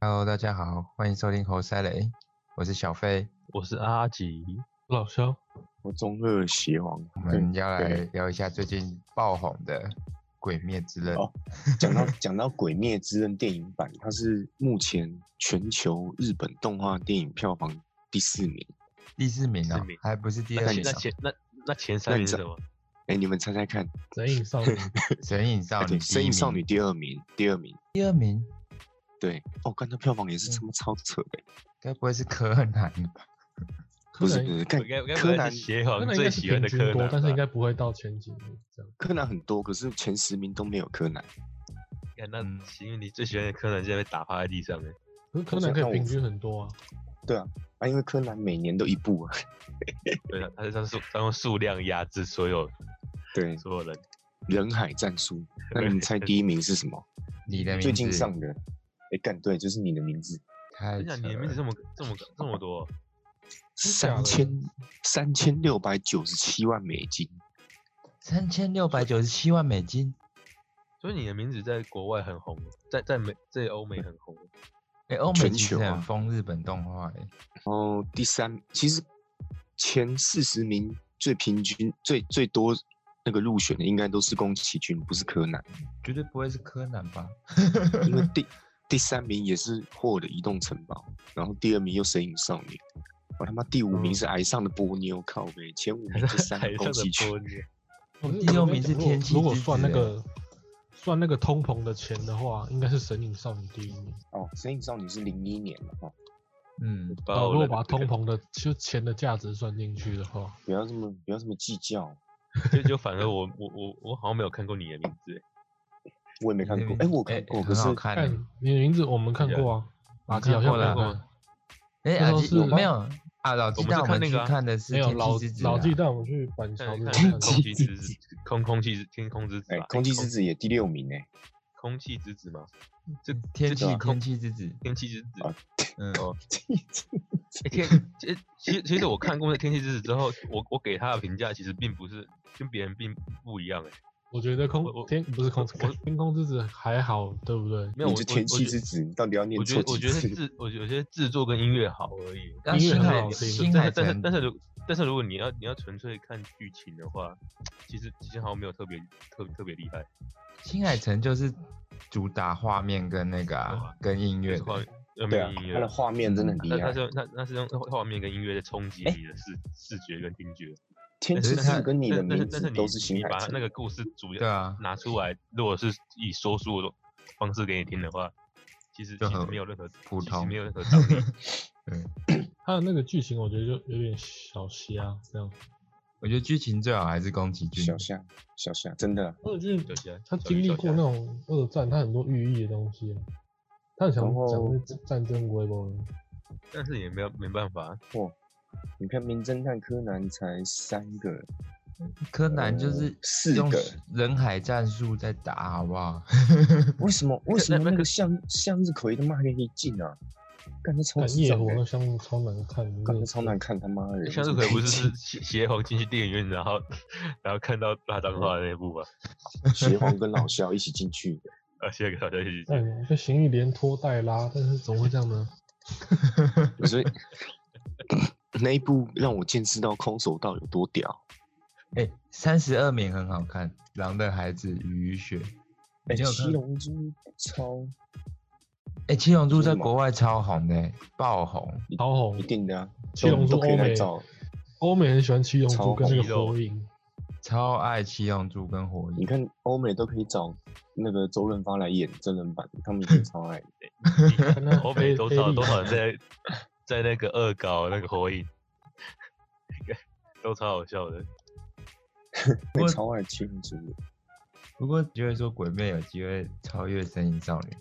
大家好，欢迎收听猴塞雷，我是小飞。我是阿吉，老肖，我中二邪王。我们要来嗯对聊一下最近爆红的《鬼灭之刃》哦讲到讲到《鬼灭之刃》电影版，它是目前全球日本动画电影票房第四名。第四名第哦四名，还不是第那二前名那哦，前那那前三名是什么？哎、你们猜猜看？神隐少女， 《神隐少啊，女第一对，》名《神隐少女》第二名，第二名。第二名，对，哦，看它票房也是这么超扯的、该不会是柯南吧？不是不是，柯南我看该我该不哎柯会南是邪柯皇南应最该是喜欢平的均柯多南吧，，但是应该不会到前几名这样。柯南很多，可是前十名都没有柯南。 看那因为你最喜欢的柯南现在被打趴在地上了。可是柯我想南可看我以平均很多啊，对啊，啊，因为柯南每年都一部啊。对啊，他是他是他用数量压制所有对，所有人。人海战术。那你们猜第一名是什么？你的名字最近上的。哎、干对，就是你的名字，太你扯想你的名了，字这么这么这么多，假三的千三千六百九十七万美金。三千六百九十七万美金。所以你的名字在国外很红，在在美在欧美很红。哎，欧美全其实球啊很疯日本动画哎，然后第三，其实前四十名最平均最最多那个入选的应该都是宫崎骏，不是柯南，绝对不会是柯南吧？因为第第三名也是霍的移动城堡，然后第二名又神隐少女，我他妈第五名是崖上的波妞，靠背，前五名这三海上个宫的崎 骏，波妞，我第六名是天气如果之子算那欸个算那个通膨的钱的话，应该是神隐少女第一名。哦，神隐少女是零一年的哦，嗯，然后爆如果冷把通膨的就钱的价值算进去的话，不要这么不要这么计较，就就反而我我我我好像没有看过你的名字欸，我也没看你的过，名哎、我哎看过，可很是好看欸。看你的名字我们看过啊，你阿吉好看像过了没吗看，哎，那时阿候基是没有啊，老纪我们是带我看们那去个啊看的是没有天老气之子老啊纪带我们去板桥看看的看空的，气之子空空气天空之子哎、吧，空气之空子也第六名哎、空气之子吗？这嗯天这气空天气之子，嗯天气之子啊嗯，哦，气之欸、天，其实其实其实我看过那《天气之子》之后，我我给他的评价其实并不是跟别人并不一样哎、我觉得空我我天不是空我天空之子还好，对不对？没有我你这天气之子，子，你到底要念我觉错得我几觉得是次？制，我觉得我觉得制作跟音乐好而已。那音乐新很海好听新但海是但是诚但是如但是如果你要你要纯粹看剧情的话，其实其实好像没有特别特特别厉害，新海诚就是主打画面跟那个对啊啊跟音乐就是的，画面呃没对有啊，音它乐的，画面真的很厉嗯那害那。是用那那是用画面跟音乐在冲击你的视视觉跟听觉。天可是之它子跟你的但但是名但字是你都是新你海把诚，那个故事主要对啊，拿出来，如果是以说书的方式给你听的话，其实就其实很没有任何普其实通没有任何道理。他的那个剧情我觉得就有点小瞎这样。我觉得剧情最好还是宫崎骏小，夏，小夏真的啊，那我觉得小虾，他小经历小过虾那种二战，他很多寓意的东西啊，他很想然讲后那战战争啊规模。但是也没有没办法，哇！你看《名侦探柯南》才三个，柯南就呃是四用个人海战术在打，好不好？ 为什 么为什那么那那个个向向日葵他妈还可以进啊？干那超看智夜障火那的，项目超难看，那干个那超难看他妈 的！向日为什么葵不是可以 是邪邪皇进去电影院，然后然后看到大脏话的那一部吧？进邪皇跟老萧一起进去的？啊，邪给大家一起哎，这行李连拖带拉，但是怎么会这样呢？所以 那一部让我见识到空手道有多屌。哎，三十二名很好看，《狼的孩子》与雨雪，哎，你有七看？龙珠超哎，七龙珠是在吗国外超红的欸，爆红。超一红，定的啊，七龙珠都可以欧来美，找。欧美很喜欢七龙超珠跟那红个火影，超爱七龙珠跟火你影，看欧美都可以找那个周润发来演真人版，他们一定超爱。看那欧美多菲少菲利多少在在那个恶搞那个火影， 都超好笑的。会我超爱七龙珠的。不过觉得说鬼妹有机会超越神隐少女，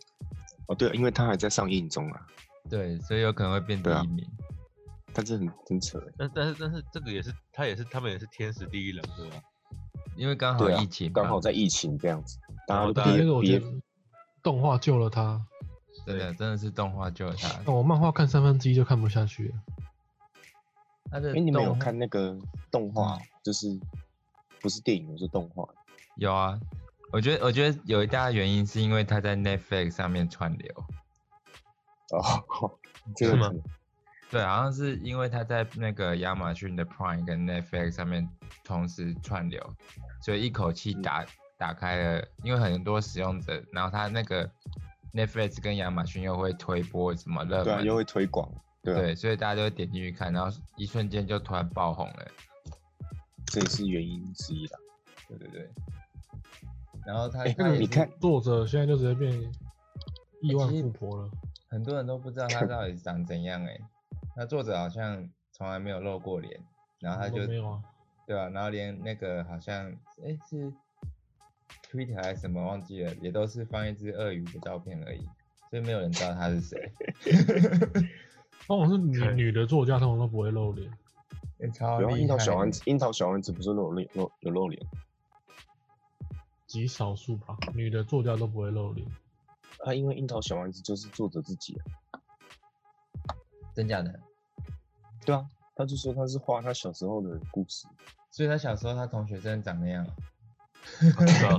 哦，对、啊，因为他还在上映中啊，对，所以有可能会变第对啊一名。但是很很扯欸。但但是但是这个也是他也是他们也是天时地利人和啊，因为刚好对啊疫情嘛，刚好在疫情这样子，大家哦都对啊那个憋我憋觉得动画救了他，真的真的是动画救了他。但我漫画看三分之一就看不下去了。他的哎、你们有动看那个动画？就是不是电影，我说动画。有啊？我觉得我觉得有一大原因是因为他在 Netflix 上面串流，哦， 这个是吗可能对，好像是因为他在那个亚马逊的 Prime 跟 Netflix 上面同时串流，所以一口嗯气打、打开了，因为很多使用者，然后他那个 Netflix 跟亚马逊又会推播什么热对啊，门，又会推广，对啊对，所以大家就会点进去看，然后一瞬间就突然爆红了。这也是原因之一啦。对对对。然后他、哎他也你是看作者现在就直接变亿万其实富婆了。很多人都不知道他到底长怎样哎、那作者好像从来没有露过脸，然后他我就都没有啊，对啊，然后连那个好像哎、诶是 Twitter 还是什么忘记了，也都是放一只鳄鱼的照片而已，所以没有人知道他是 谁，往往是女对女的作家，通常都不会露脸。诶超然后哦厉樱害桃小丸的。子，樱桃小丸子不是露脸露有露脸极少数吧，女的作家都不会露脸。啊？因为樱桃小丸子就是作者自己啊，真假的？对啊，他就说他是画他小时候的故事，所以他小时候他同学真的长那 样哦、不知道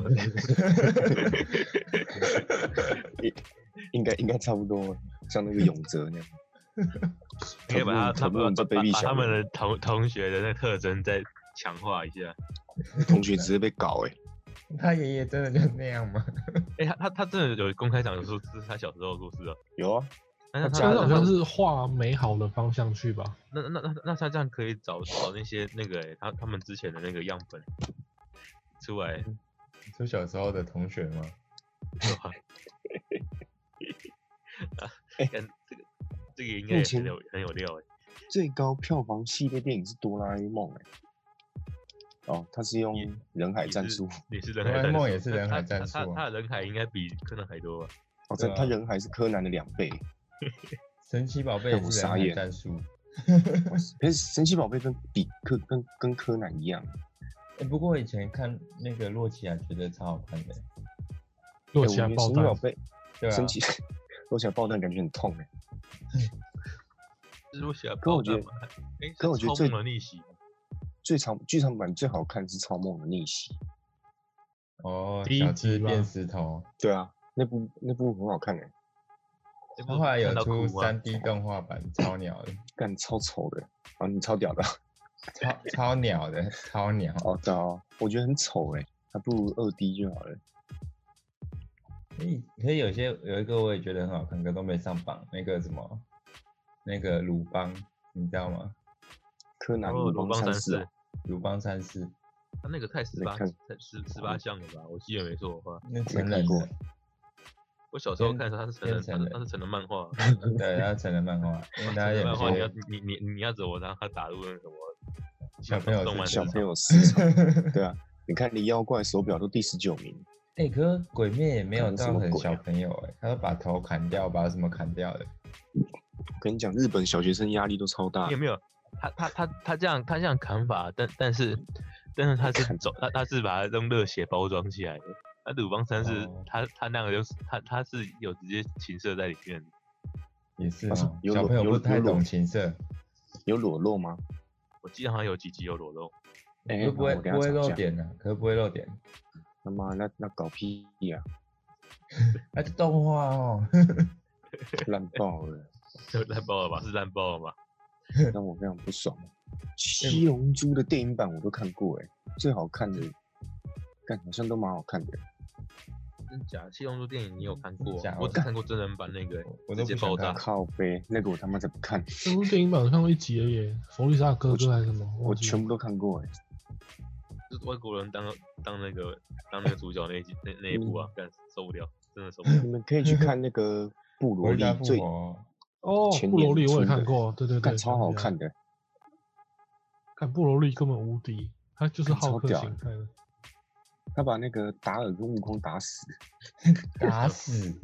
应该应该差不多，像那个永泽那样。应该把他他藤把木把这把卑鄙把小他们人的同同学的那特征再强化一下。 同学直接被搞哎、他爷爷真的就是那样吗？ 哎、他他他真的有公开讲说这是他小时候的故事哦。有啊，那那他这假样的好那像是画美好的方向去吧？哎那那那那他这样可以找找那些那个、欸、他他们之前的那个样本出来，说小时候的同学吗？ 哇啊，哎干这个这个应该也目很前有很有料哎、最高票房系列电影是《哆啦 A 梦》哎。哦，他是用也人海也战是术，你是人哆海啦 A 战梦术也是他人海他战他术啊他的人海应该比柯南还多吧？哦，对他啊他人海是柯南的两 倍。神奇宝贝也我是人傻海眼战术。可是神奇宝贝跟比柯跟跟柯南一样，哎、不过以前看那个洛奇亚觉得超好看的，落哎起来我觉得爆神奇宝弹，贝，对啊神，奇， 我想爆弹感觉很痛哎。是我喜欢可爆我觉弹得嘛？哎，可是我觉得超最梦的逆袭，最长剧场版最好看是《超梦的逆袭》，哦，第一小智集吧变石头，对啊，那部那部很好看哎，哎他后来有出，不是看到哦三 D 动画版，超鸟的，干超丑的啊，你超屌的超超鸟的，超鸟。哦，对啊，我觉得很丑哎，还不如二 D 就好了。可以，可以有些有一个我也觉得很好看，可都没上榜。那个什么，那个鲁邦，你知道吗？哭柯啊南哦，鲁鲁邦邦三三世世啊，，鲁邦三世，他那个太十没八看太十十八项了吧？我记得没错的话，那成看人过的，我小时候天看的时候他是成天人，才他是的他是成人 漫画，对，他成人漫画，因为成他人演漫画你要些你你你要走，然后他打入那个什么小朋友动漫是市小场朋友市 场，对啊，你看离妖怪手表都第十九名，哎、可是鬼灭也没有看什到么很鬼小啊朋友哎、他都把头砍掉，把什么砍掉的，我跟你讲，日本小学生压力都超大你有，没有？他他他他这样他这样砍法，但但是但是他是走他他是把它用热血包装起来的。那鲁邦三世哦他他那个就是他他是有直接情色在里面的，也是他是哦，有小裸朋友有不裸太有裸懂情色，有裸露吗？我记得好像有几集有裸露。哎又不会我等不会下查一露下点的、啊可是不会露点，他妈那那搞屁呀，那、是动画哦。烂爆 了，烂爆了吧？是烂爆了吧？让我非常不 爽。七龙珠的电影版我都看过哎，最好看的，干好像都蛮好看的。真假？七龙珠电影你有看过假啊？的我只看过真人版那个欸、我我都直不接想爆炸看。靠背，那个我他妈才不看，这部电影版我看过一集而已，弗利萨哥哥还是什么？我忘记了全部都看过哎。就是外国人当当那个当那个主角那一集那那一部啊，干受不了，真的受不了。 你们可以去看那个布罗 回利家复最活哦， 哦，前布罗年利我出也看的过，对对对，干超好想起来看的，看布罗利根本无敌，他就是干超浩克屌形态的。他把那个达尔跟悟空打死，打 死，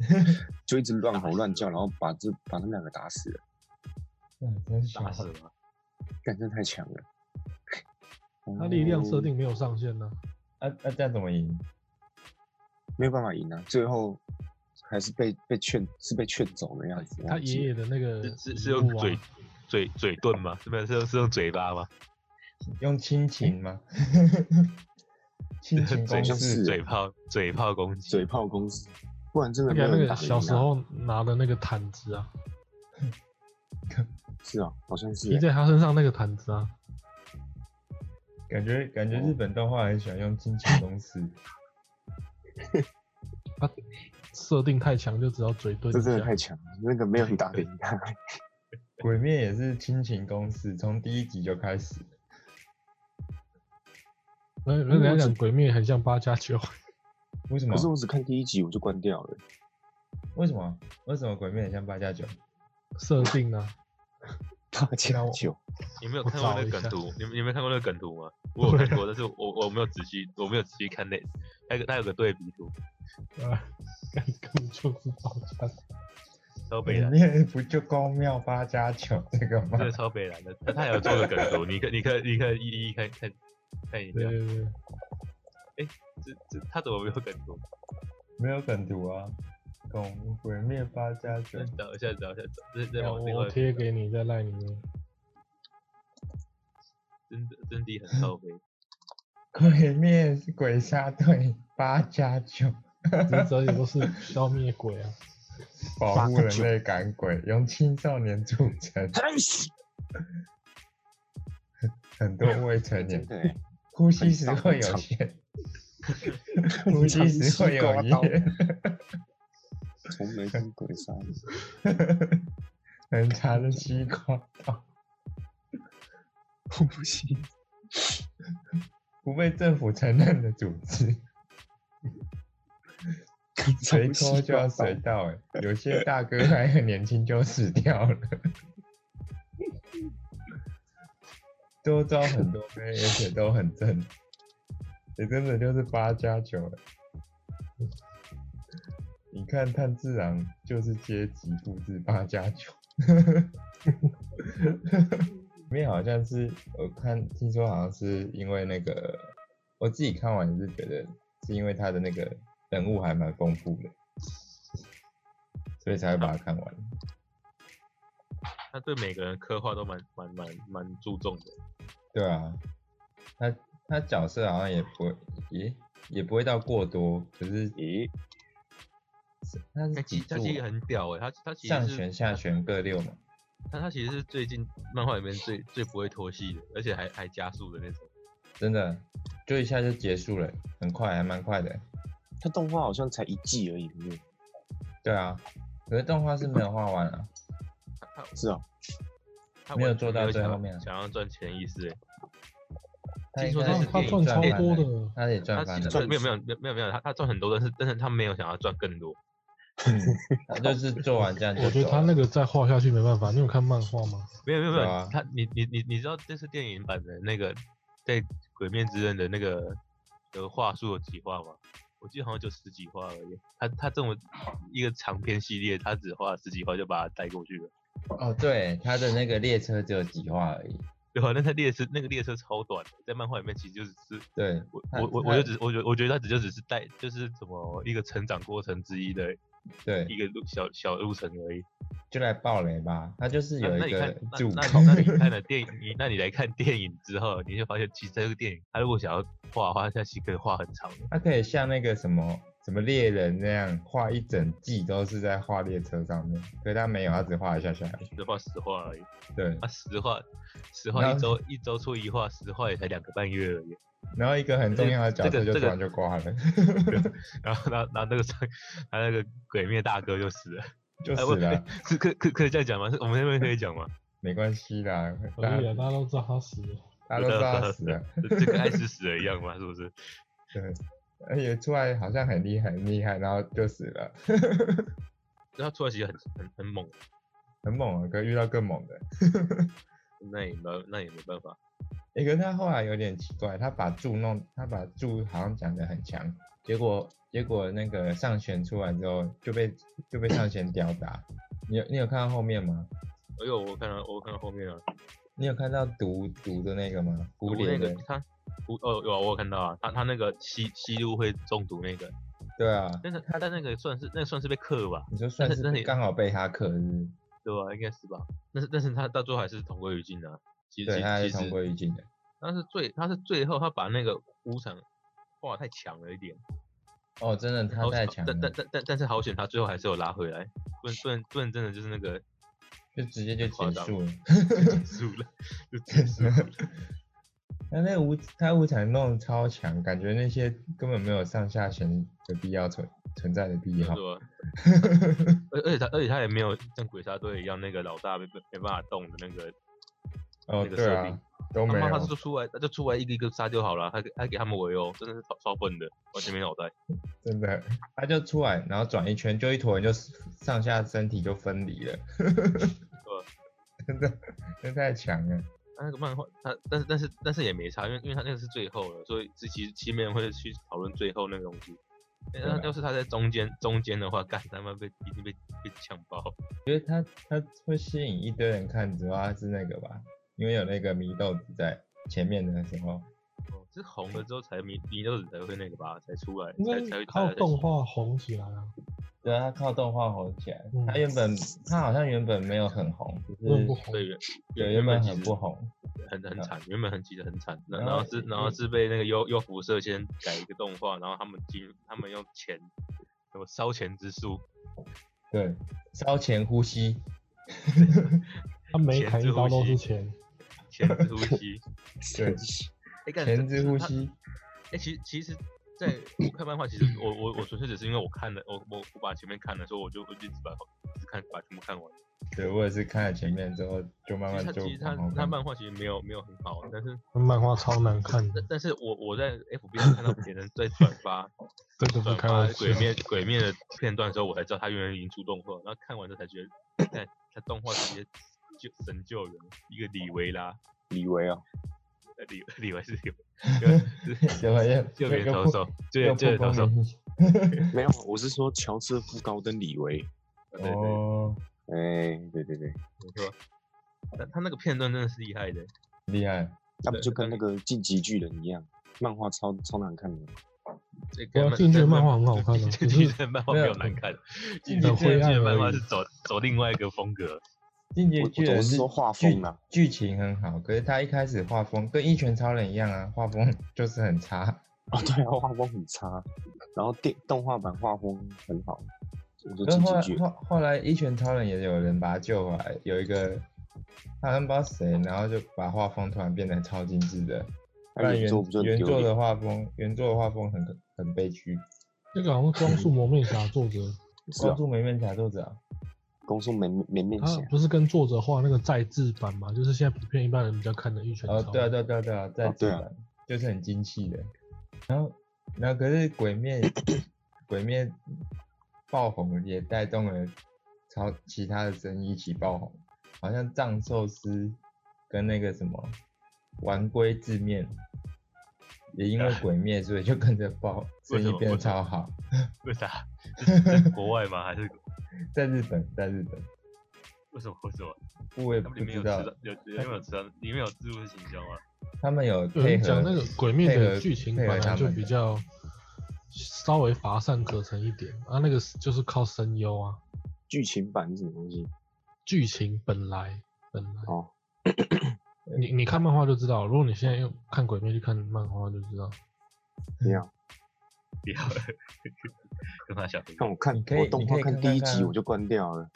就一直乱打吼死乱叫，然后把这把他们两个打死了，嗯真打死爽了吗？干真的太强了。他力量设哦定没有上限呢、啊啊，这样怎么赢？没有办法赢啊，最后还是被被劝是被劝走的样子。他忘记爷了爷的那个是是遗是用物啊嘴嘴嘴遁吗？是不是是用是用嘴巴吗？用哎亲情吗？ 亲情嘴攻好像势是嘴炮嘴炮攻击嘴。炮公司，不然真的没那个有那人打个得赢啊小时候拿的那个毯子啊，是啊，好像是骑欸。在他身上那个盘子啊，感觉感觉日本动画很喜欢用金钱公 司，设定太强就只要嘴遁欸这一真的下哦太。强了，那个没有人打得赢啊 他。鬼灭也是亲情公司，从第一集就开始。那嗯那人家讲鬼灭很像八加九， 为什么可？是我只看第一集我就关掉了，为什么？为什么鬼灭很像八加九？设定啊， 八加那我九。你没有我看过找那一个梗下图？你们你没有看过那个梗 图吗？我有看过，但是我我没有仔细，我没有仔细看那，它有个它有个对比图，啊，根本就是八加九。超哎北啊里蓝，面不就公庙八加九这个吗 真？的超北蓝的。它它有做个梗图，你可你可你可以一一看看看一下对，对对，这这它怎么没有梗图？没有梗图啊，懂鬼灭八加九再。找一下找一下找，再再然后往另我外贴给你在赖里面。真的真的很超北。 鬼灭是鬼杀队八加九，职责也都是消灭 鬼啊，保八护加人九类赶鬼，用青少年组成，很多未成年 真，的欸，呼吸时很会有长烟，呼吸时会有很长烟， 从没看鬼杀人。很长的西瓜刀，我不 信，不被政府承认的组织，谁拖就要谁到、欸，有些大哥还很年轻就死掉了。周遭很多妹，而且都很正，也真的就是八加九了。你看炭治郎就是阶级复制八加九，里面好像是我看听说好像是因为那个我自己看完也是觉得是因为他的那个人物还蛮丰富的，所以才会把它看完。他对每个人刻画都蛮蛮蛮蛮注重的，对啊，他他角色好像也不会，也也不会到过多，可是咦，是他是他几其柱他其实啊？很屌哎、他他其实上是旋下旋各六嘛。他他其实是最近漫画里面最最不会拖戏的，而且还还加速的那种。真的，就一下就结束了，很快，还蛮快的。他动画好像才一季而已，对不对对啊，可是动画是没有画完啊，他他是啊，他没有完做全到最想后要面啊想要赚钱意思哎、他听应说该这他是他电影赚超赚翻多了，的，他也他赚其翻实了，赚没有没有没有没有没有，他他赚很多，但是但是他没有想要赚更多。他啊就是做完这样就我觉得走他了那个再画下去没办法。你有看漫画吗？没有没有没有，对啊他你你你你知道这是电影版的那个在《鬼面之刃》的那个的话术有几话吗？我记得好像就十几话而已。他他这么一个长篇系列，他只画十几话就把它带过去了，哦，对，他的那个列车只有几画而已。对啊吧、那他列车那个列车超短的，在漫画里面其实就只是对，我那我我那我就只我觉我觉得他只就只是带就是怎么一个成长过程之一的对，一个路小小路程而已。就来爆雷吧，他就是那有那一你看个那住那口你，那你看了电影，你那你来看电影之后，你就发现其实这个电影他如果想要画的话，他其实可以画很长的。 他可以像那个什么什么猎人那样画一整季都是在画列车上面，可是他没有，他只画一下下而已。只画十画而已，对，啊，十画，十画那一周一周出一画，十画也才两个半月而已。然后一个很重要的角色这个就这突个然就挂 了，然后，然后，然后那个上，他那个鬼灭大哥就死了，就哎我死了，是可可可以这样讲吗？是我们那边可以讲吗？没关系啦，可大以家啊，大家都知道他死了。大家 都知道他死了，这这跟爱死死了一样吗？是不是？对，而且出来好像很厉害很厉害，然后就死了， 然后出来其实很很很猛，很猛啊，可是遇到更猛的。那也没那也没办法。诶，可是他后来有点奇怪，他把柱弄，他把柱好像讲得很强，结果结果那个上弦出来之后就被就被上弦吊打。你有你有看到后面吗？哎呦，我看到我看到后面了，你有看到毒毒的那个吗？毒毒那脸个的，他毒哦有啊，我有看到啊，他他那个吸吸入会中毒那个，对啊，但是但那个算是那个算是被克吧，你说算但是是但是被也刚好被他克是不是？对吧、应该是吧。但是但是他到最后还是同归于尽的、啊。其实对，其他还是实其同实归于尽的。他是最他是最后他把那个无常画得太强了一点，哦，真的他好太强险但了 但，但但但是好险他最后还是有拉回来，不然不然不然真的就是那个 就直接就夸结张 束了。就结束了，就 结束了。他那个五他五彩弄得超强，感觉那些根本没有上下旋的必要存存在的必没要。 错，啊而而且他而且他也没有像鬼杀队一样那个老大没没办法动的那个，哦，那个对设啊定，都他没妈他就有，出来他就出来一个一个杀就好了，还给还给他们围殴，真的是超超笨的，完全没脑袋。真的，他就出来，然后转一圈，就一坨人就上下身体就分离了。 真的，那太强了。他那个漫画，他但是但是但是也没差，因为因为他那个是最后了，所以是其实其实没人会去讨论最后那个东西。那、对啊要是他在中间中间的话，干他妈被一定被被呛爆。觉得他他会吸引一堆人看，主要是那个吧，因为有那个祢豆子在前面的时候，哦，是红了之后才迷迷豆子才会那个吧，才出来，应才才该会靠才动画红起来啊，对啊，他靠动画红起来。嗯他原本他好像原本没有很红，只论是不嗯红对，原对原原本其很实不红。很嗯很惨，原本很其实很惨，然然然后后是因然后为是被那个优优辐射先改一个动画，然后他们进他们用钱，什么烧钱之术，对，烧钱呼吸，他每前砍置一刀呼都吸是钱，钱之呼 吸，对，哎、干前置呼。这他吸，哎、其实其实，在我看漫画，其实我我我纯粹只是因为我看了，我我我把前面看了，所以我就我就只把只看把全部看完。对我也是看了前面之后就慢其慢实他就其实他往后他看。漫画其实没有没有很好，但是漫画超难看的但，但是我我在 FB 上看到别人在转发这个不转开发玩《 笑呃鬼。灭》《鬼灭》的片段之后，我才知道他原来已经出动画，然后看完之后才觉得，看他动画直接救神救人，一个李维拉，李维啊，呃李 李维 是有就是 就会又救那援个投不手，救援又救援不投手公，平 没有，我是说乔瑟夫·高登·李维。对对对。哦，哎、对对对，没错。他他那个片段真的是厉害的，厉害，他们就跟那个《进击巨人》一样，漫画超超难看的。这对啊个进击的漫画很好看啊进只击是的漫画没没有有难看，进击很灰暗的漫而画已是走走另外一个风格，进击我的巨我人是说画剧风啊剧情很好，可是他一开始画风跟一拳超人一样啊，画风 就是很差。哦，对啊，画风很差，然后电动画版画风很好。我说可是进后来击巨人后后来一拳超人也有人把他救回来，有一个他好像不知道谁，然后就把画风突然变得超精致的。不那然啊原原作不就很原丢作脸的？画风，原作的画风很很悲剧。这个好像光速蒙面侠 作者，是光啊，速蒙面侠作者啊，公诉没没面他侠，不是跟作者画那个再制版嘛，就是现在普遍一般人比较看的《一拳哦，超人》。对啊，对啊，对啊，对啊，在哦制对啊版、就是很精细的。然后，然后可是鬼灭，鬼灭爆红也带动了超其他的生意一起爆红，好像藏寿司跟那个什么丸龟字面，也因为鬼灭，所以就跟着爆，啊为生什意么变为得什么超好。为 啥？是在国外吗？还是在日本，在日本，为什么？为什么？我也他不们里面知有吃到道，有有有没有吃到？里面有自助行销啊吗？他们有有配人合讲那个《鬼灭》配合的剧情配本合来他就们比的较稍微乏善可陈一点啊，那个是就是靠声优啊，剧情版是什么东西？剧情本来本来哦，你你看漫画就知道，如果你现在用看《鬼灭》去看漫画就知道，这样。不要，跟他小朋看友我看你可以我动你画可以看第一看集看我就关掉了。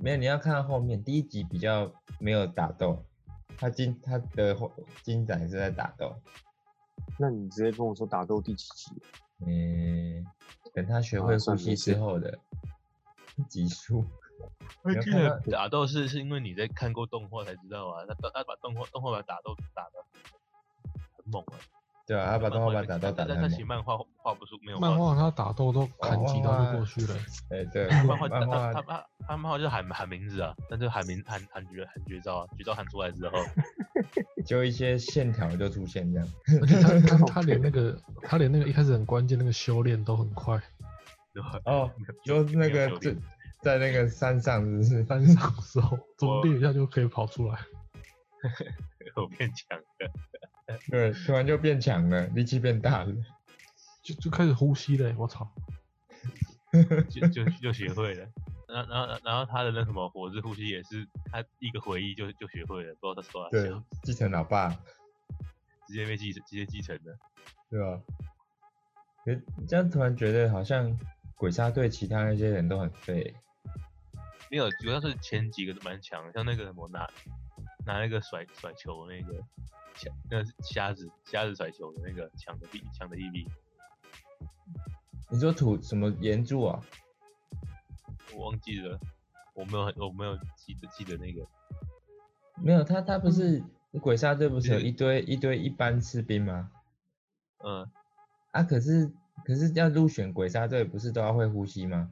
没有，你要看到后面第一集比较没有打斗，他金他的后金仔是在打斗，那你直接跟我说打斗第几集？嗯，等他学会啊呼算吸没之事后的 集数，会你要记看得到打斗是是因为你在看过动画才知道啊，他他他把动画动画版打斗打的很猛啊，对啊，他把动画版打到斗打得但很其实猛，漫画画不出没啊有漫画画他打斗都砍几刀就过去了、哎对，漫画他漫他他画他他漫画就喊喊名字啊，但就喊名喊喊绝喊绝招啊，绝招喊出来之后，就一些线条就出现这样，而且他他他连那个他连那个一开始很关键那个修炼都很快，对吧 哦，就是那个在在那个山上是不是？三上的时候怎么练一下就可以跑出来，我变强的，对，突然就变强了，力气变大了，就就开始呼吸嘞、我操！就就就学会了。然后然后然后他的那什么火之呼吸也是他一个回忆就就学会了，不知道他说哪对想，继承老爸，直接被继承直接继承的。对吧？可这样突然觉得好像鬼杀队其他那些人都很废，没有，主要是前几个都蛮强的，像那个什么拿拿那个甩甩球那个强，那个瞎子瞎子甩球的那个强的比强的一比，你说土什么岩柱啊？我忘记了，我没有很我没有记得记得那个，没有，他他不是鬼杀队不是有一堆一堆一般士兵吗？嗯，啊，可是可是要入选鬼杀队，不是都要会呼吸吗？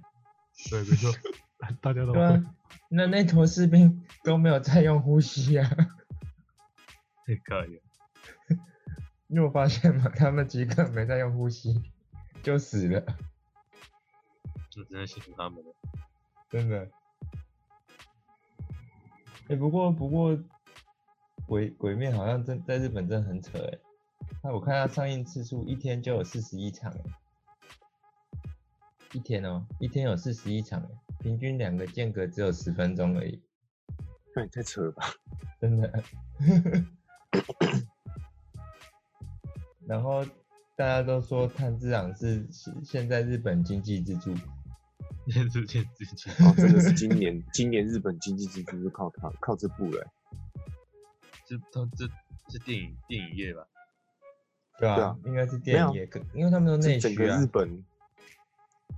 对，没错， 大家都对啊会。，那那坨士兵都没有在用呼吸啊， 太可以了，你有发现吗？他们几个没在用呼吸，就死了，就真的辛苦他们了。 真的。哎、不过不过，鬼鬼面好像真在日本真的很扯哎、那我看它上映次数一天就有四十一场、欸，一天哦、一天有四十一场、欸，平均两个间隔只有十分钟而已，那也太扯了吧？真的。 然后大家都说炭治郎是现现在日本经济支柱，现在现自己哦，真的是今年，今年日本经济支柱就靠它，靠这部了欸、这他这这电影电影业吧，对吧、对啊应该是电影没业，可因为他们都内欸这整个需日啊，本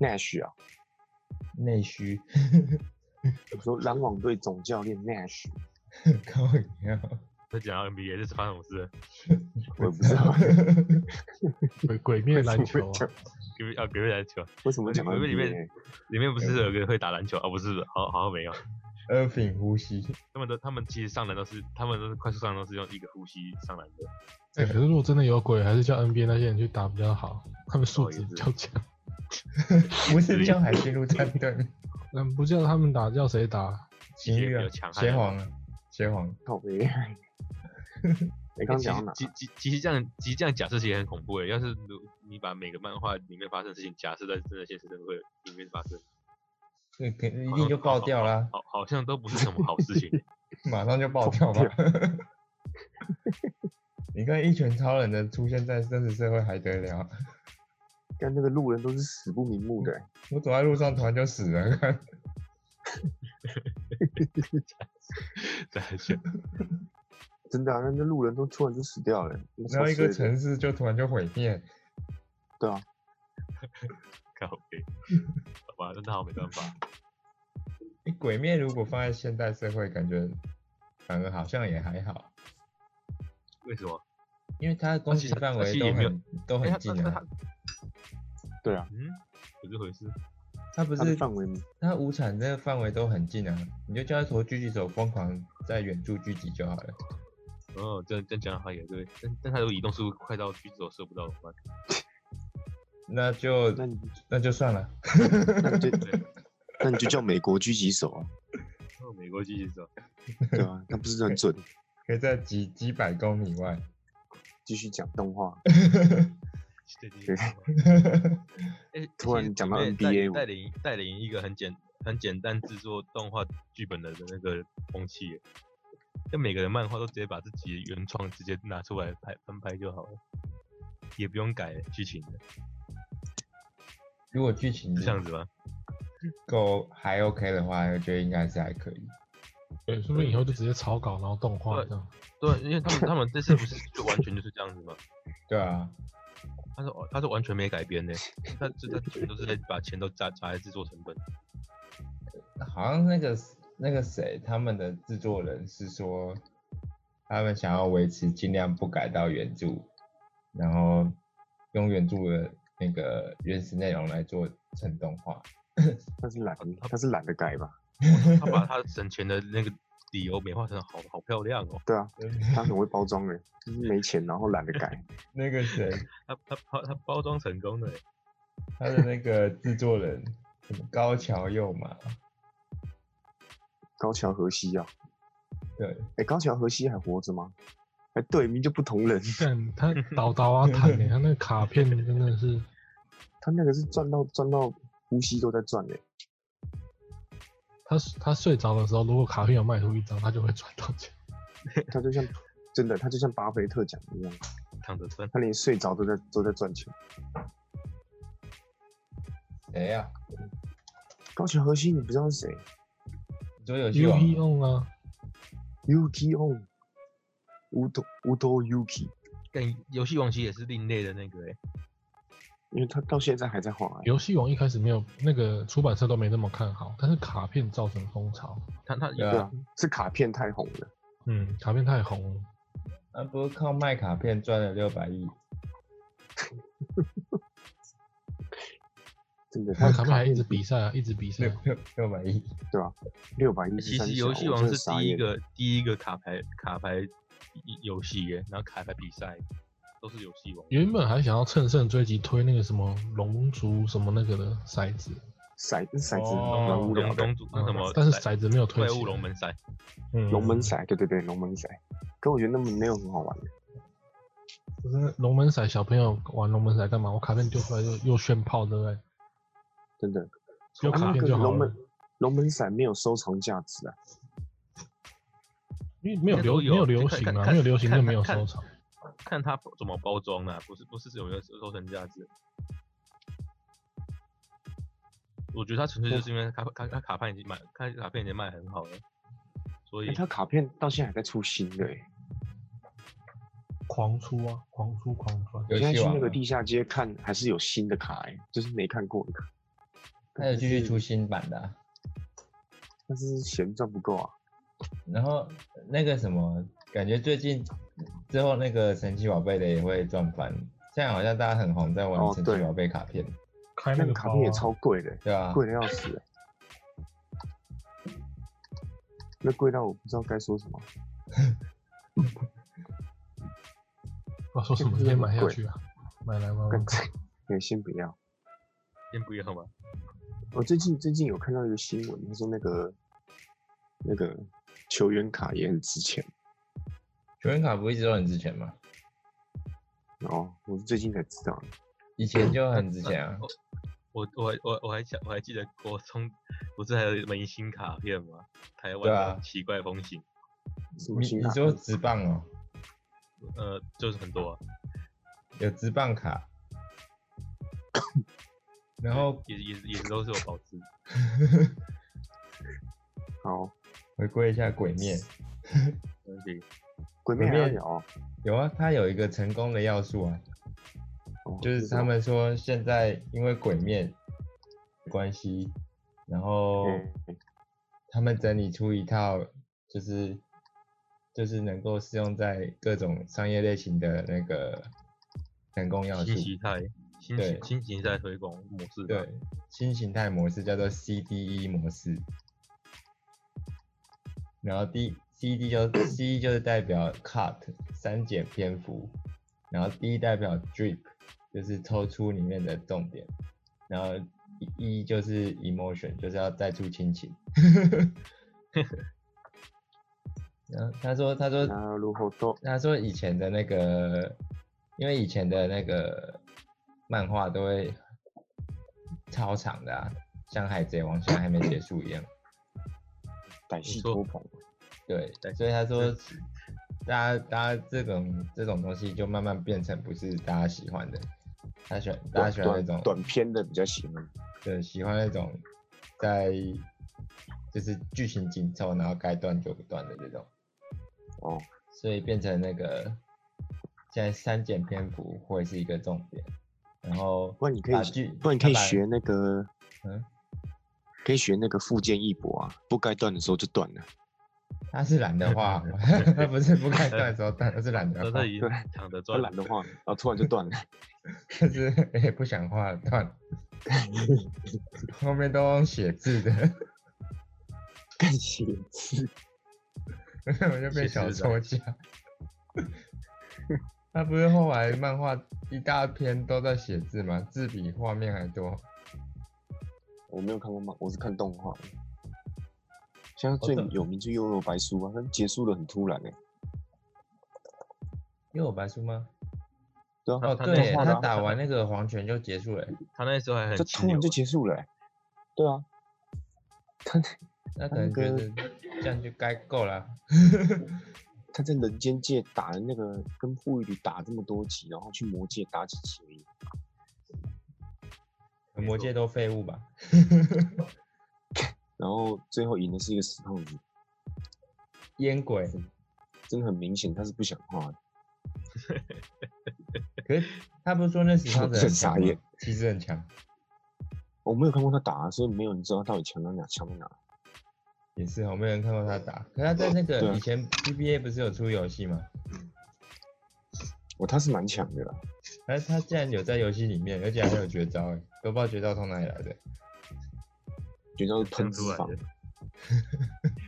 奈许啊，内需，我说篮网队总教练奈许，靠腰，在讲到 NBA 这是发生什么事我也 不知道鬼鬼灭篮球啊，隔壁啊，隔壁篮球为什么讲到里面里 NBA 面。里面不是有个会打篮球啊？不是，好好像没有。二品呼吸，他们都他们其实上篮都是他们都是快速上篮都是用一个呼吸上篮的。哎、可是如果真的有鬼，还是叫 NBA 那些人去打比较好，他们素质比较强。不是叫海军陆战队， 嗯，不叫他们打，叫谁打？情欲啊有，强悍邪皇啊，邪皇，靠背。你 刚刚其讲实到哪？其其其实这样其实这样假设其实很恐怖诶。要是如你把每个漫画里面发生的事情假设在真的现实社会里面发生，这肯一好定像就爆掉 啦，好好像都不是什么好事 情。马上就爆掉吧。 你看一拳超人的出现在真实社会还得了？啊但那个路人都是死不瞑目的欸、我走在路上突然就死了， 看在线真的啊，那那路人都突然就死掉了欸、那然后超一个衰的城市就突然就毁灭，对啊，靠背，好吧，那好没办法。诶鬼灭如果放在现代社会，感觉反而好像也还好，为什么？因为它的攻击其实它范它围其实都也没有很都哎很他近他啊他。对啊，嗯，有这回事？它不他的是范围它无产这个范围都很近啊，你就叫一坨狙击手疯狂在远处狙击就好了。哦，这样这样讲好也对，但但他如果移动速度快到狙击手射不到怎么办？那就那你那就算了，那 你就对，那你就叫美国狙击手啊，哦，美国狙击手，对啊，那不是很准？可以在几几百公里外。继续讲动画，对对对。对 哎，突然其实讲到准备带 NBA 带领带领一个很简很简单制作动画剧本的那个风气耶，就每个人漫画都直接把自己原创直接拿出来拍翻拍就好了，也不用改剧情的，如果剧情是这样子吗？够还 OK 的话，我觉得应该是还可以。对，说不定以后就直接草稿，然后动画这样。对，啊因为他们他们这次不是就完全就是这样子吗？对啊，他说他说完全没改编呢，他这他全都是在把钱都砸砸在制作成本。好像那个那个谁，他们的制作人是说，他们想要维持尽量不改到原著，然后用原著的那个原始内容来做成动画。他是懒， 他是懒得改吧？他把他省钱的那个理由美化成好好漂亮哦。对啊， 他很会包装的，就是没钱然后懒得改。那个谁，他他他他包装成功的耶，他的那个制作人什么高桥佑马，高桥和希啊，对，哎、高桥和希还活着吗？哎、对，明明就不同人，干他倒倒啊弹的、他那个卡片真的是，他那个是赚到赚到呼吸都在赚欸的、他他睡着的时候，如果卡片有卖出一张，他就会赚到钱。他就像真的，他就像巴菲特讲的一样，躺着赚。他连睡着都在都在赚钱。谁呀、啊高桥和希，你不知道是谁？桌游戏 U 王 E on 啊， Yuki on，乌头乌头 Yuki，但游戏王其实也是另类的那个哎、因为他到现在还在画、欸，游戏王一开始没有那个出版社都没那么看好，但是卡片造成风潮，他他对对啊啊，是卡片太红了，嗯，卡片太红了，那啊不是靠卖卡片赚了六百亿？真的，那他卡片还一直比赛啊，一直比赛六，六六百亿，六百一其十三，实游戏王是第一个第一个卡牌卡牌游戏耶，然后卡牌比赛都是游戏王。原本还想要乘胜追击推那个什么龙族什么那个的骰子，骰骰子哦蛮无聊龙的，龙族那什么，嗯但是骰子没有推怪起物来龙门赛，嗯龙门骰，对对对，龙门骰，可我觉得那么没有很好玩，就是龙门骰，小朋友玩龙门骰干嘛？我卡片丢出来就又炫炮，对不对？真的，啊有嗯卡片就好龙门了，龙门骰没有收藏价值啊，因为没有流没有流行啊，没有流行就没有收藏。看它怎么包装啊，不是不是有没有收成价值。我觉得它纯粹就是因为卡卡它卡片已经卖，看卡片已经卖很好了，所以欸、他卡片到现在还在出新的、欸，狂出啊，狂出狂翻。我游现在戏去王那个啊，地下街看还是有新的卡、欸，就是没看过的卡，它有继续出新版的啊、但是钱赚不够啊，然后那个什么，感觉最近之后那个神奇宝贝的也会赚翻，现在好像大家很红在玩哦神奇对宝贝卡片，开那个啊个卡片也超贵的、欸对吧、贵的要死、欸，那贵到我不知道该说什么。我哦说什么？先买下去啊，买来玩干玩。也先不要。先不要嘛。我最近最近有看到一个新闻，他说那个那个球员卡也很值钱，球员卡不一直都很值钱吗？然后我是最近才知道，以前就很值钱嗯啊，我我还我我还想我还记得国中不是还有明星卡片吗？台湾对的啊奇怪风行，什么你新你卡说直棒哦，呃，就是很多、啊，有直棒卡， 然后也也也都是有保值。好，回归一下鬼面，而且鬼鬼面还要面聊哦，有啊，它有一个成功的要素啊，哦就是他们说现在因为鬼面的关系，然后嗯他们整理出一套就是就是能够适用在各种商业类型的那个成功要素新，形态、新对形新形态推广模式啊吧，对，新形态模式叫做 CDE 模式，然后 D CD 就 C 就是代表 cut 删减篇幅，然后 D 代表 drip 就是抽出里面的重点，然后 E 就是 emotion 就是要再出亲情。 然后他说他说那如何都他说以前的那个，因为以前的那个漫画都会超长的啊，像《海贼王》现在还没结束一样。歹戏你说拖棚，对对，所以他说嗯，大家大家这种这种东西就慢慢变成不是大家喜欢的，他喜欢大家短喜欢那短种短片的比较喜欢，对，喜欢那种在就是剧情紧凑，然后该断就断的这种。哦，所以变成那个现在删减篇幅会是一个重点。然后不然你可以把剧，不然你可以他把学那个，嗯，可以学那个富坚义博啊，不该断的时候就断了，他是懒得画好 吗，他不是不该断的时候断，他是懒得那画这，已经对躺着我赚，懒得画，啊，突然就断了， 但是也不想画断，后面都用写字的， 干写字，我就被写字小的说家。他不是后来漫画一大篇都在写字吗？字比画面还多。我没有看过漫，我是看动画的。现在哦最对有名就《幽游白书》啊，但结束的很突然哎、因为我白书吗？对啊，哦，他对，动画他的啊打完那个黄泉就结束了欸。他那时候还很这清流突然啊就结束了、欸，对啊，他那可他能那觉个得这样就该够了。他在人间界打了那个跟护玉里打这么多集，然后去魔界打几集而已，没魔错界都废物吧？然后最后赢的是一个死胖子，烟鬼，真的很明显他是不想画的。可是他不是说那死胖子很傻强吗眼，其实很强，我没有看过他打，啊所以没有人知道他到底强到哪，强到哪。也是哦，没有人看过他打。可他在那对个啊以前 PBA 不是有出游戏吗？我他是蛮强的啦，但是他竟然有在游戏里面，而且还有绝招哎，都不知道绝招从哪里来的。绝招是喷喷脂出来肪 的，，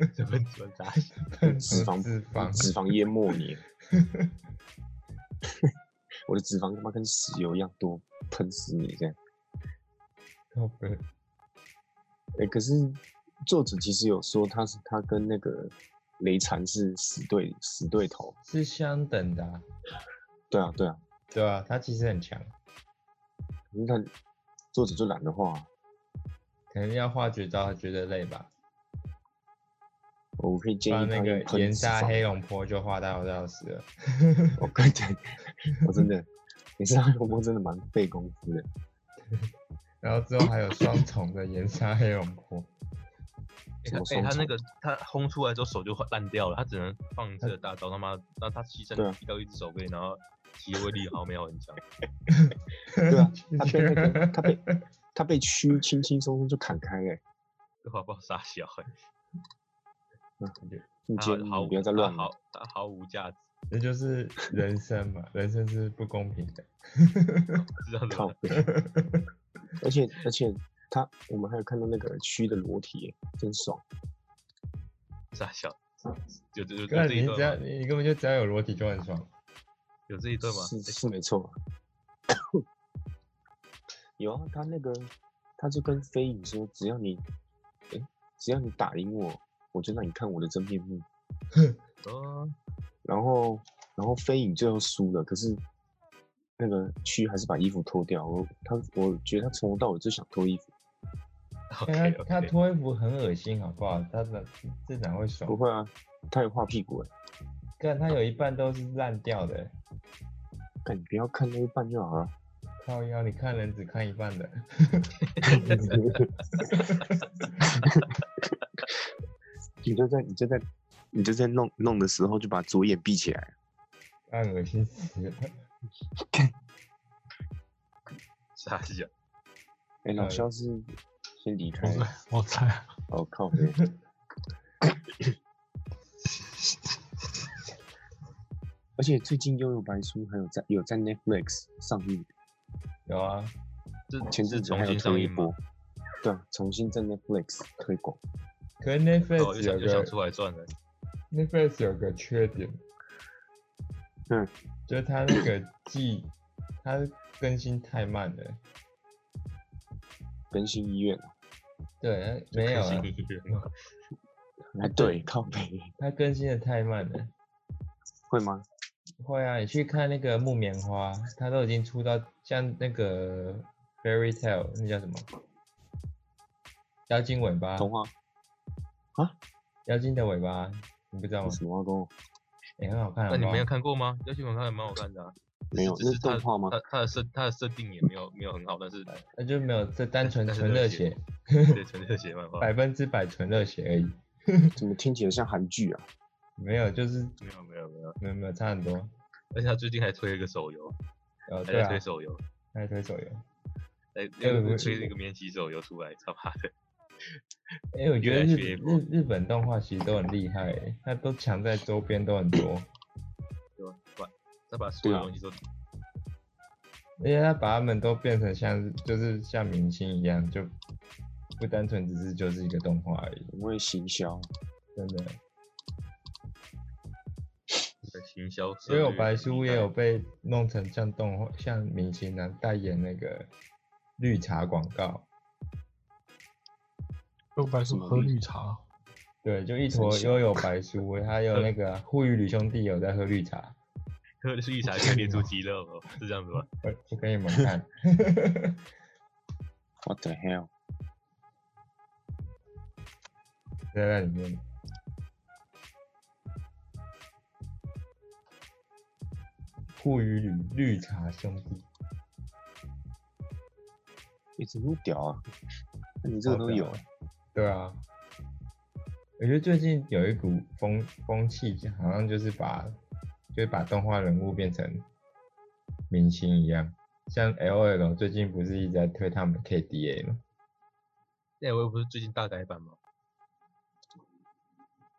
这喷出来打死脂肪脂肪脂肪淹 没你。我的脂肪他妈跟石油一样多，喷死你这样。靠北哎、可是作者其实有说他是他跟那个雷禅是死对死对头，是相等的、啊，对啊对啊，对啊，他其实很强，可是他作者就懒得画啊、可能要画绝招觉得累吧。我可以建把议他那个用喷岩脂沙肪黑龙坡就画到要死了。我跟你讲， 我真的，你知道龙波真的蛮费功夫 的。然后之后还有双重的岩沙黑龙坡，什么哎、双他那重个他轰出来之后手就烂掉了，他只能放这个大招，他妈让他牺牲对啊掉一只手背，然后其实威力好像没有很强。 对 啊，他被那个他被他被蛆轻轻松松就砍开了、欸。这话不知道傻小欸，你他觉得毫你无不要再他乱了毫，他毫无价值，这就是人生嘛，人生是不公平 的。知道靠吗？背。而且而且他我们还有看到那个蛆的裸体、欸，真爽。傻小，有这有有那这一你只要段吗？你根本就只要有裸体就很爽，有这一段吗？是是没错。有啊，他那个他就跟飞影说，只要你，哎、只要你打赢我，我就让你看我的真面目。哦，然后然后飞影最后输了，可是那个区还是把衣服脱掉。我他我觉得他从头到尾就想脱衣服，但 OK 啊他他 OK，脱衣服很恶心，好不好？他哪这哪会不爽？会啊，他有画屁股哎、但他有一半都是烂掉的，看你不要看那一半就好了。靠腰，你看人只看一半的， 你就在你就在你就在弄弄的时候就把左眼闭起来，按恶心死了。 傻小，哎、老呃肖是先离开我了，猜我猜 啊，哦靠 北，而且最近《幽游白书》还有在有在 Netflix 上映，有啊，这前是阵子重还有新上推一映吗波？，对啊，重新在 Netflix 推广。可是哦，又 Netflix 想有又想个出来赚了， Netflix 有个缺点，嗯，就是它那个季，它更新太慢了。更新医院啊，对，它 没有 啊，哎，对， 靠北它更新的太慢了。会吗？会啊，你去看那个木棉花，它都已经出到像那个 fairy tale 那叫什么？妖精尾巴，童话妖精的尾巴，你不知道吗有？什么啊话跟我？也、很好看好那你不好没有看过吗？要新闻看也蛮好看的啊，没有，只那是只是是它动画吗？它它的设它的设定也没有没有很好，但是那就没有这单纯 但是纯热热血血，对纯热血漫画，百分之百纯热血而已，怎么听起来像韩剧啊？没有就是没有没有没有，没有没有差很多。而且他最近还推了一个手游，哦，还对在啊，推手游，还在推手游。哎，哎我又推我那个免洗手游出来，他妈的，哎、我觉越得来日越日日本动画其实都很厉害、欸，它都强在周边都很多，对吧？把他把所有对啊东西都而且它把他们都变成像就是像明星一样，就不单纯只是就是一个动画而已，很会行销，真的。行销策因略，啊为我白书也有你被弄成像动画像明星啊，代言那个绿茶广告，又白是什么喝绿绿茶，啊对，就一坨神奇悠悠白书，还有那个啊护宇吕兄弟有在喝绿茶，看喝 的是绿茶可以练出肌肉哦，是这样 子吗？我我呃给你们看。 What the hell？在那里面。护鱼旅绿茶兄弟，你怎么屌啊？那你这个好都屌有啊欸，对啊，我觉得最近有一股风风气，好像就是把就是把动画人物变成明星一样，像 L L 最近不是一直在推他们 K D A 吗？那哎我又不是最近大改版吗？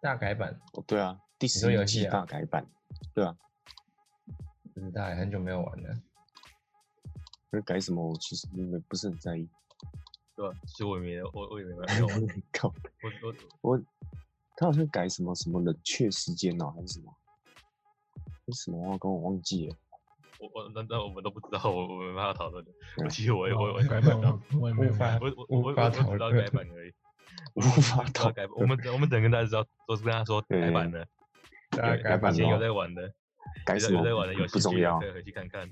大改版哦，对啊，第说十一游戏季啊大改版，对啊，不知道欸，很久没有玩了。那改什么我其实没不是很在意。 对吧？其实我也没有，我我也没有没有玩，靠，哎我我我他好像改什么什么冷却时间哦，还是什么？是什么话跟我忘记了？我我那那我们都不知道，我我没办法讨论的。对我其实我也我也我也哦改没办版法，我我也没有无法玩，我我我我哦无法只知讨道论改版而 已，无法知讨道改版。我们我们整个大家知道都是跟他说改版的，大改版以了前有哦在玩的，改哦有什在有么在玩的有不兴重趣的要可，以回去看 看。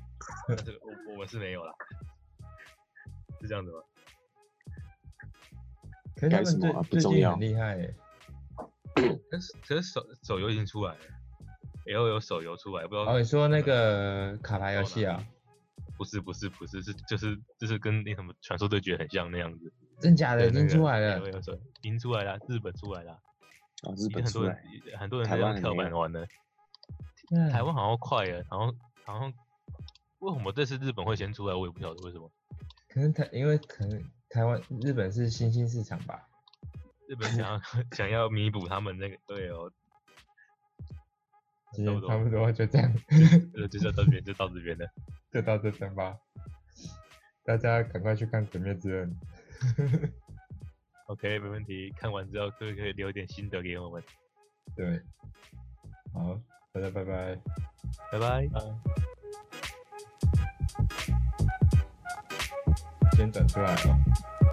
但是我我们是没有啦，是这样 子吗？可是他改什们最么啊不最重近要很厉害欸，可是可是手手游已经出来了，L 有手游出来，不知道哦，你说那个卡牌游戏啊？不是不是不是是就是就是跟那什么传说对决很像那样子。真假的对已那经个啊出来 LOL 了，手游已经出来了，日本出来了。啊，已日经本很出多来，人很多人台在用湾还跳没板有 玩的，嗯台湾好像快了，然后然后为什么这次日本会先出来，我也不晓得为什么。可能台因为可能台湾日本是新兴市场吧，日本想 要想要弥补他们那个对哦，其差实不多差不多就这样，呃，就到这边就到这边了。就到这边吧。大家赶快去看《鬼灭之刃》， OK，没问题。看完之后可以可以留点心得给我们，对，好，大家拜拜。拜拜。先转出来了。哦